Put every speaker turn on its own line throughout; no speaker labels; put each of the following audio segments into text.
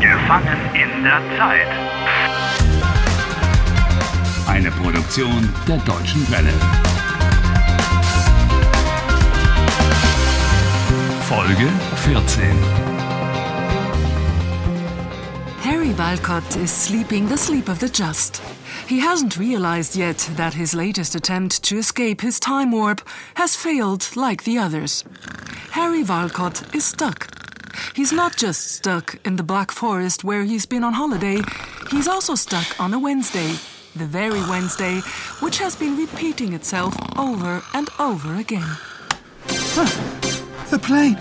Gefangen in der Zeit.
Eine Produktion der Deutschen Welle. Folge 14.
Harry Walcott is sleeping the sleep of the just. He hasn't realized yet that his latest attempt to escape his time warp has failed like the others. Harry Walcott is stuck. He's not just stuck in the Black Forest where he's been on holiday, he's also stuck on a Wednesday, the very Wednesday which has been repeating itself over and over again.
The plane.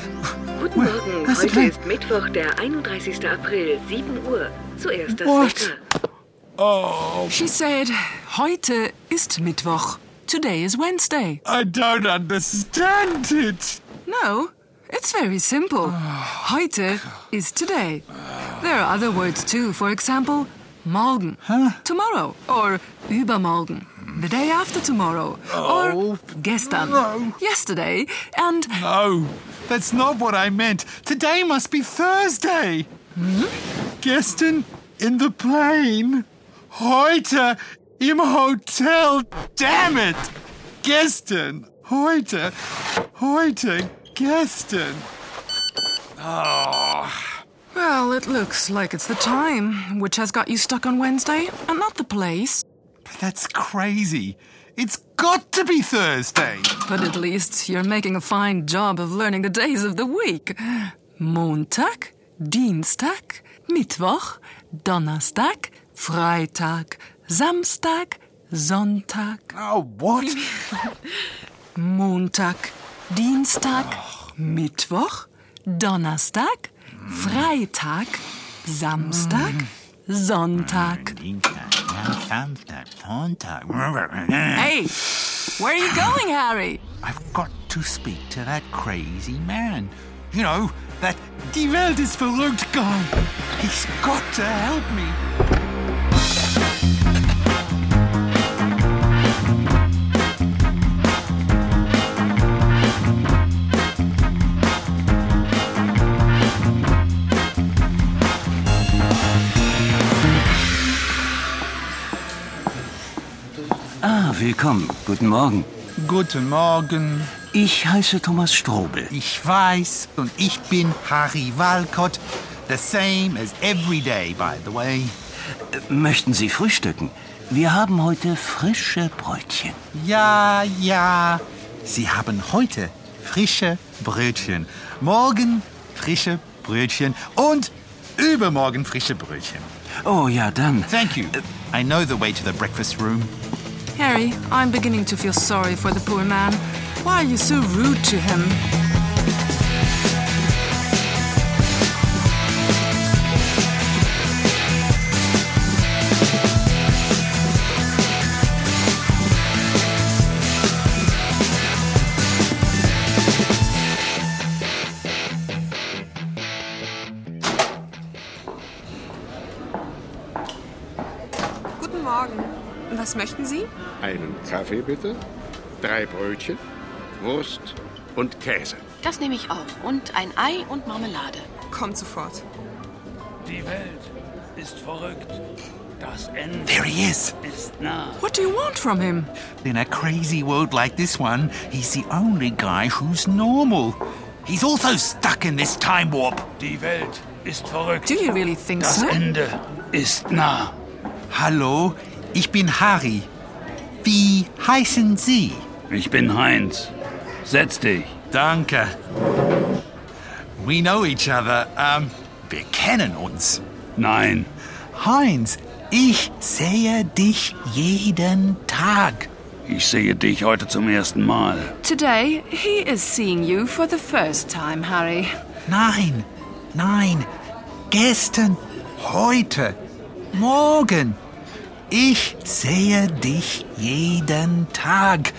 Guten Morgen,
Was
heute
denn?
ist Mittwoch, der 31. April, 7 Uhr. Zuerst das
What? Oh.
Wetter.
She said, Heute ist Mittwoch. Today is Wednesday.
I don't understand it.
No, it's very simple.
Oh.
Heute is today. There are other words too. For example, morgen, tomorrow, or übermorgen, the day after tomorrow, or gestern,
Oh. No.
yesterday, and
No, Oh, that's not what I meant. Today must be Thursday. Gestern in the plane. Heute im Hotel. Damn it. Gestern. Heute. Heute. Gestern.
well, it looks like it's the time which has got you stuck on Wednesday and not the place.
But that's crazy. It's got to be Thursday.
But at least you're making a fine job of learning the days of the week. Montag, Dienstag, Mittwoch, Donnerstag, Freitag, Samstag, Sonntag,
Oh, what?
Montag, Dienstag, Mittwoch, Donnerstag, Freitag, Samstag, Sonntag. Hey, where are you going, Harry?
I've got to speak to that crazy man. You know, that Die Welt ist verrückt guy. He's got to help me.
Ah, willkommen. Guten Morgen.
Guten Morgen.
Ich heiße Thomas Strobel.
Ich weiß und ich bin Harry Walcott. The same as every day, by the way.
Möchten Sie frühstücken? Wir haben heute frische Brötchen.
Ja, ja. Sie haben heute frische Brötchen. Morgen frische Brötchen und übermorgen frische Brötchen.
Oh ja, dann.
Thank you. I know the way to the breakfast room.
Harry, I'm beginning to feel sorry for the poor man. Why are you so rude to him?
Guten Morgen. Was möchten Sie?
Einen Kaffee bitte, drei Brötchen, Wurst und Käse.
Das nehme ich auch. Und ein Ei und Marmelade.
Kommt sofort.
Die Welt ist verrückt. Das Ende
There he is.
ist nah.
What do you want from him?
In a crazy world like this one, he's the only guy who's normal. He's also stuck in this time warp.
Die Welt ist verrückt.
Do you really think
Das
so?
Ende ist nah.
Hallo, ich bin Harry. Wie heißen Sie?
Ich bin Heinz. Setz dich.
Danke. We know each other. Um, wir kennen uns.
Nein.
Heinz, ich sehe dich jeden Tag.
Ich sehe dich heute zum ersten Mal.
Today, he is seeing you for the first time, Harry.
Nein, nein, gestern, heute, morgen. Ich sehe dich jeden Tag.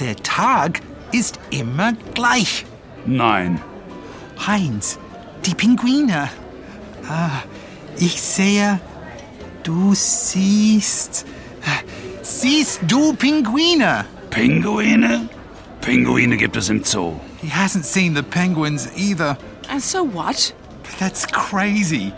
Der Tag ist immer gleich.
Nein.
Heinz, die Pinguine. Ah, ich sehe, du siehst. Siehst du Pinguine?
Pinguine? Pinguine gibt es im Zoo.
He hasn't seen the penguins either.
And so what?
That's crazy.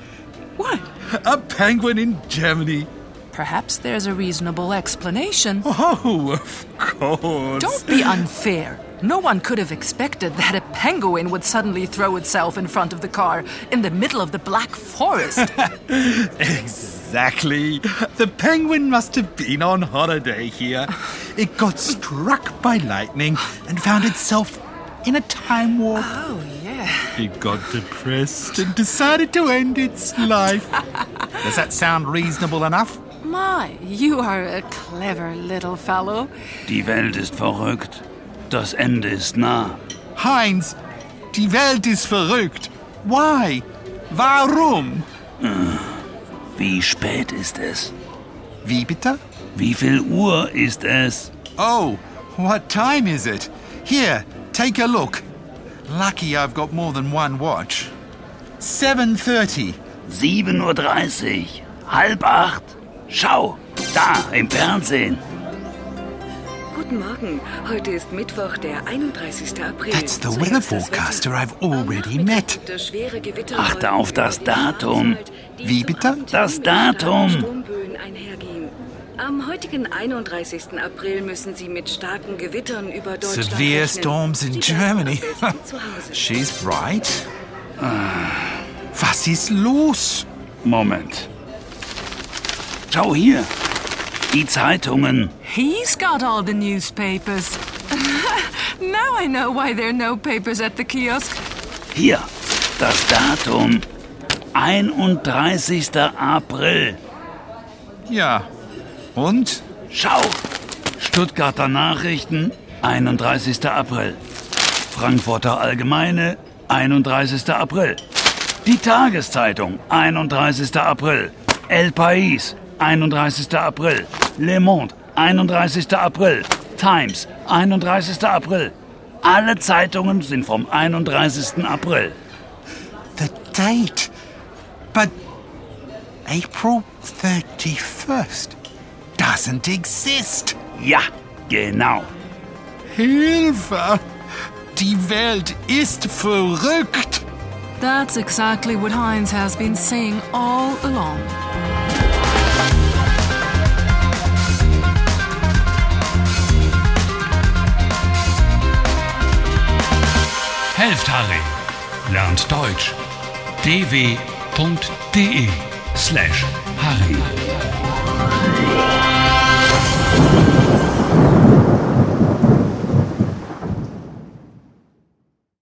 What?
A penguin in Germany.
Perhaps there's a reasonable explanation.
Oh, of course.
Don't be unfair. No one could have expected that a penguin would suddenly throw itself in front of the car in the middle of the Black Forest.
Exactly. The penguin must have been on holiday here. It got struck by lightning and found itself in a time warp.
oh, yeah.
It got depressed and decided to end its life. Does that sound reasonable enough?
My, you are a clever little fellow.
Die Welt ist verrückt. Das Ende ist nah.
Heinz, die Welt ist verrückt. Why? Warum?
Wie spät ist es?
Wie bitte?
Wie viel Uhr ist es?
Oh, what time is it? Here, take a look. Lucky I've got more than one watch. 7:30.
7.30 Uhr. Halb acht. Schau, da im Fernsehen.
Guten Morgen. Heute ist Mittwoch, der 31. April.
That's the
Zuerst
weather
das Wetter.
forecaster I've
Am
already
Nachmittag
met.
gibt es schwere Gewitter-
Achte auf das Datum.
die
Wie
zum
bitte?
Abend hin
Das
mit starken
Datum.
Sturmböen einhergehen. Am heutigen 31. April müssen Sie mit starken Gewittern über Deutschland
Severe
rechnen.
storms in
Sie bleiben am
Germany.
besten zu Hause.
She's right. Was ist los?
Moment. Schau hier. Die Zeitungen.
He's got all the newspapers. now I know why there are no papers at the kiosk.
Hier. Das Datum. 31. April.
Ja. Und?
Schau! Stuttgarter Nachrichten, 31. April. Frankfurter Allgemeine, 31. April. Die Tageszeitung, 31. April. El País, 31. April. Le Monde, 31. April. Times, 31. April. Alle Zeitungen sind vom 31. April.
The date. But April 31st doesn't exist.
Ja, genau.
Hilfe! Die Welt ist verrückt!
That's exactly what Heinz has been saying all along.
Helft Harry. Lernt Deutsch. dw.de slash Harry.